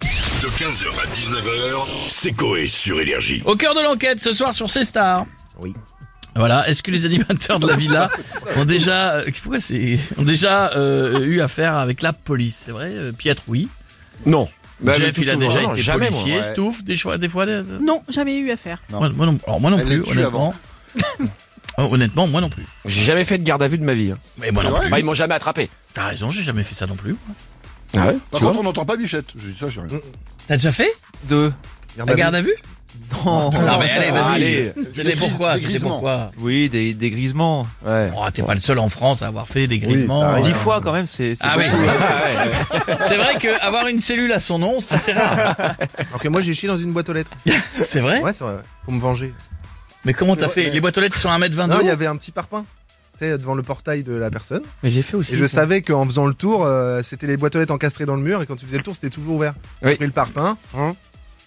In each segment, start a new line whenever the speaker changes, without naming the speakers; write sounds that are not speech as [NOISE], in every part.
De 15h à 19h, c'est Coé sur Énergie.
Au cœur de l'enquête ce soir sur ces stars.
Oui.
Voilà, est-ce que les animateurs de la villa ont déjà euh, pourquoi c'est ont déjà euh, eu affaire avec la police, c'est vrai euh, Pietre oui.
Non. Bah,
Jeff,
mais
il a
tout
déjà
souvent,
été
jamais,
policier,
moi, ouais.
Stouff, des fois des fois des-
Non, jamais eu affaire.
Non.
Moi, moi non, alors moi non
Elle
plus
les tue
honnêtement. [LAUGHS] Oh, honnêtement, moi non plus.
J'ai jamais fait de garde à vue de ma vie. hein.
Mais moi non
Ouais.
plus.
Enfin, ils m'ont jamais attrapé.
T'as raison, j'ai jamais fait ça non plus.
Ah ouais
Par contre, on n'entend pas Bichette. Je dis ça,
Hum,
j'ai rien.
T'as déjà fait
Deux.
La garde à vue
Non.
Ah
Non mais allez, vas-y.
Ah, Allez.
C'était pourquoi C'était
dégrisement.
pourquoi
Oui, des, des grisements.
Ouais.
Oh, t'es pas le seul en France à avoir fait des grisements.
Dix fois quand même, c'est. c'est
Ah oui.
beaucoup.
hein.
C'est vrai que avoir une cellule à son nom, c'est assez rare.
Alors que moi j'ai chié dans une boîte aux lettres.
C'est vrai
Ouais, c'est vrai. ouais. Pour me venger.
Mais comment t'as
C'est
fait
vrai, mais-
Les boîtes aux lettres qui sont à 1m20 de
Non, il y
haut
avait un petit parpaing. Tu sais, devant le portail de la personne.
Mais j'ai fait aussi.
Et je savais qu'en faisant le tour, euh, c'était les boîtes aux lettres encastrées dans le mur. Et quand tu faisais le tour, c'était toujours ouvert.
Oui.
J'ai pris le parpaing. hein,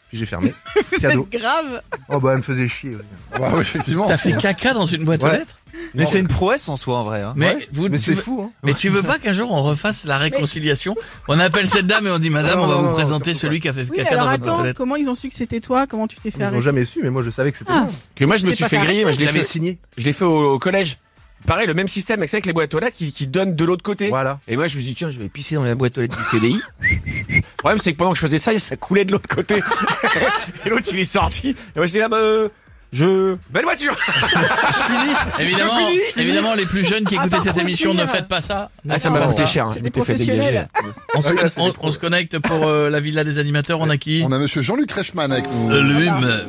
puis j'ai fermé.
Vous
Cadeau.
êtes grave.
Oh bah elle me faisait chier. ouais.
Ah Bah oui, effectivement.
T'as fait caca dans une boîte aux
Ouais.
lettres
Mais c'est une prouesse en soi, en vrai. hein.
Mais,
Ouais,
vous,
Mais
tu
c'est
veux-
fou. Hein.
mais tu veux pas qu'un jour on refasse la réconciliation On appelle cette dame et on dit Madame,
Non,
on va
non,
vous
non,
présenter
surtout
celui qui a fait
Oui, mais
caca
alors
dans votre boîte aux
attends,
lettres.
comment ils ont su que c'était toi Comment tu t'es fait
Ils l'ont
arrêter
jamais su, mais moi je savais que c'était.
Ah.
moi.
Que moi, je me
Je
suis
t'ai
fait
pas
griller. Moi, je
Je l'ai
l'avais.
fait signer.
Je l'ai fait au, au collège. Pareil, le même système avec, ça, avec les boîtes aux lettres qui, qui donnent de l'autre côté.
Voilà.
Et moi, je me suis dit, tiens, je vais pisser dans la boîte aux lettres du CDI. le problème, c'est que pendant que je faisais ça, ça coulait de l'autre côté. [LAUGHS] et l'autre, il est sorti. Et moi, j'étais là, bah, euh, je. Belle voiture
Évidemment,
Je finis, je finis.
évidemment, les plus jeunes qui
Ah,
écoutent
par
cette
contre,
émission, ne
finir.
faites pas ça. Ne
Ah, ça
faites
m'a
pas
coûté
ça.
cher. hein.
C'est
Je
des
m'étais fait dégager.
professionnels.
On se,
Ah oui, là,
con-
c'est des
on-
pros,
on se connecte pour euh, la villa des animateurs. On a qui
On a monsieur Jean-Luc Reichmann avec nous.
Euh,
Euh,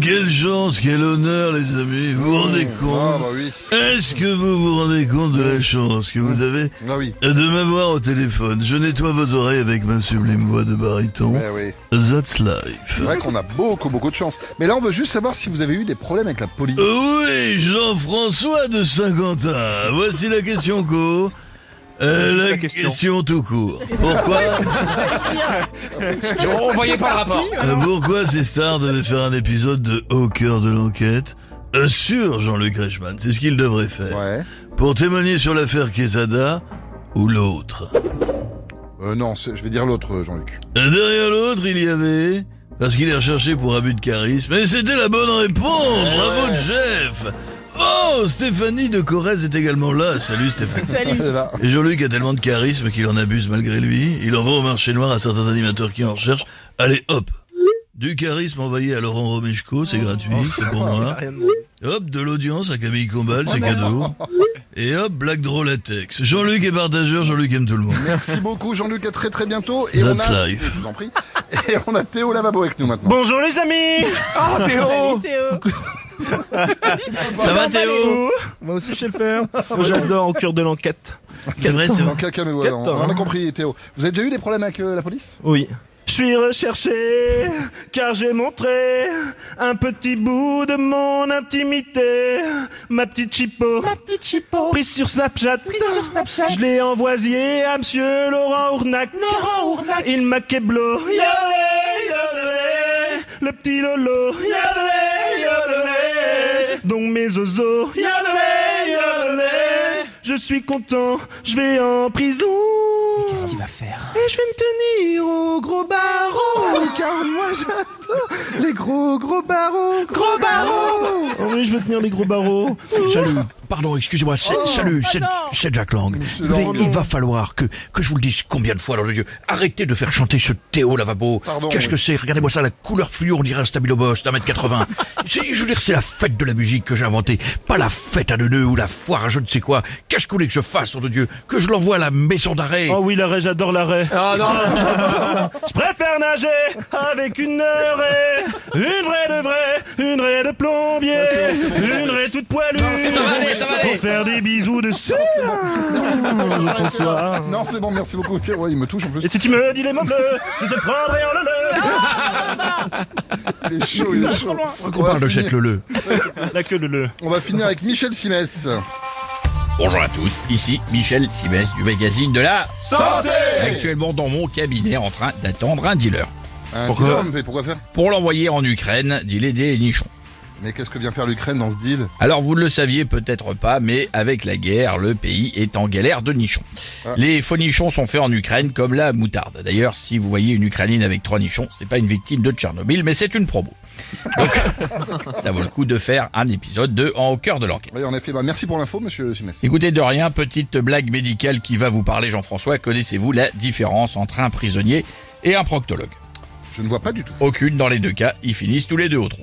quelle chance, quel honneur, les amis. Vous vous rendez
Ah bah oui.
Est-ce que vous vous rendez compte de la chance que vous avez
Ah oui.
de m'avoir au téléphone Je nettoie vos oreilles avec ma sublime voix de bariton.
Eh oui.
That's life.
C'est vrai qu'on a beaucoup, beaucoup de chance. Mais là, on veut juste savoir si vous avez eu des problèmes avec la police.
Oui, Jean-François de Saint-Quentin. Voici la question co. Euh,
Juste
la,
la
question.
question.
tout court. Pourquoi,
[LAUGHS]
On voyait pas le rapport.
euh, pourquoi ces stars devaient faire un épisode de Au cœur de l'enquête euh, sur Jean-Luc Reichmann C'est ce qu'ils devraient faire.
Ouais.
Pour témoigner sur l'affaire Quesada ou l'autre.
Euh, non, c'est- je vais dire l'autre, euh, Jean-Luc.
Euh, Derrière l'autre, il y avait... Parce qu'il est recherché pour abus de charisme. Et c'était la bonne réponse Bravo, Jeff Oh, Stéphanie de Corrèze est également là. Salut, Stéphanie.
Salut.
Eh ben,
Et Jean-Luc a tellement de charisme qu'il en abuse malgré lui. Il envoie au marché noir à certains animateurs qui en recherchent. Allez, hop Du charisme envoyé à Laurent Romeshko, c'est gratuit,
Oh.
c'est
[LAUGHS]
pour moi.
Rien de moi.
Hop, de l'audience à Camille Combal,
Oh,
c'est cadeau. Et hop, blague drôle à texte. Jean-Luc est partageur, Jean-Luc aime tout le monde.
merci beaucoup, Jean-Luc. À très, très bientôt. Et
That's
on a...
life.
Je vous en prie. Et on a Théo Lavabo avec nous maintenant.
Bonjour les amis
Oh, Théo
Salut Théo.
Ça va Théo
Moi aussi je sais le faire. J'adore au cœur de l'enquête.
C'est vrai, c'est vrai.
Donc, calme-toi,
Quatre,
on, on a
hein.
compris, Théo. Vous avez déjà eu des problèmes avec euh, la police
Oh,
Oui. Je suis recherché car j'ai montré un petit bout de mon intimité. Ma petite chipo. Ma petite chipo. Prise sur Snapchat. Prise sur Snapchat. Je l'ai envoyé à monsieur Laurent Ournac. Laurent Ournac. Il m'a keblo. Yodelé, yodelé. Le petit Lolo. Yodelé, yodelé. Donc mes zozos. Yodelé, yodelé. Je suis content, je vais en prison. Qu'est-ce qu'il va faire
Et je vais me tenir au gros barreau, car moi j'adore les gros gros barreaux, gros barreaux.
Oh oui, je veux tenir les gros barreaux.
euh, Salut, pardon, excusez-moi, c'est- salut, c'est
non.
c'est Jack Lang.
Oh, Monsieur
Mais
Lang.
il va falloir que, que je vous le dise combien de fois, dans le Dieu. Arrêtez de faire chanter ce Théo Lavabo.
Pardon,
Qu'est-ce
oui.
que c'est Regardez-moi ça, la couleur fluo, on dirait un stabiloboss d'un mètre
[LAUGHS]
80. C'est- je veux dire, c'est la fête de la musique que j'ai inventée. Pas la fête à deux nœuds ou la foire à je ne sais quoi. Qu'est-ce que vous voulez que je fasse, nom de Dieu Que je l'envoie à la maison d'arrêt
Oh oui, l'arrêt, j'adore l'arrêt.
Ah.
Oh non
Je préfère nager avec une raie. Une vraie de vraie, une raie de plombier. Une raie toute poilue.
ça va aller, ça va aller.
Pour faire des bisous de sucre. François.
Ah, Non, c'est bon, merci beaucoup, Théo. Ouais, il me touche en plus.
Et si tu me dis les mots bleus, je te prendrai en le
Il est chaud, il est chaud. On va,
Parle de cette
finir,
leleu.
le. La queue le le.
on va finir avec Michel Simès.
Bonjour à tous, ici Michel Simès du magazine de la
Santé
actuellement dans mon cabinet en train d'attendre un dealer
Un
Pourquoi
dealer, mais pourquoi faire
pour l'envoyer en Ukraine, dit l'aider et nichon.
Mais qu'est-ce que vient faire l'Ukraine dans ce deal
Alors vous ne le saviez peut-être pas, mais avec la guerre, le pays est en galère de nichons. Les faux nichons sont faits en Ukraine comme la moutarde. D'ailleurs, si vous voyez une Ukrainienne avec trois nichons, c'est pas une victime de Tchernobyl, mais c'est une promo. Donc, ça vaut le coup de faire un épisode de En au cœur de l'enquête.
Oui, en effet. Bah, merci pour l'info, monsieur Simès.
Écoutez de rien, petite blague médicale qui va vous parler, Jean-François. Connaissez-vous la différence entre un prisonnier et un proctologue
Je ne vois pas du tout.
Aucune dans les deux cas, ils finissent tous les deux au trou.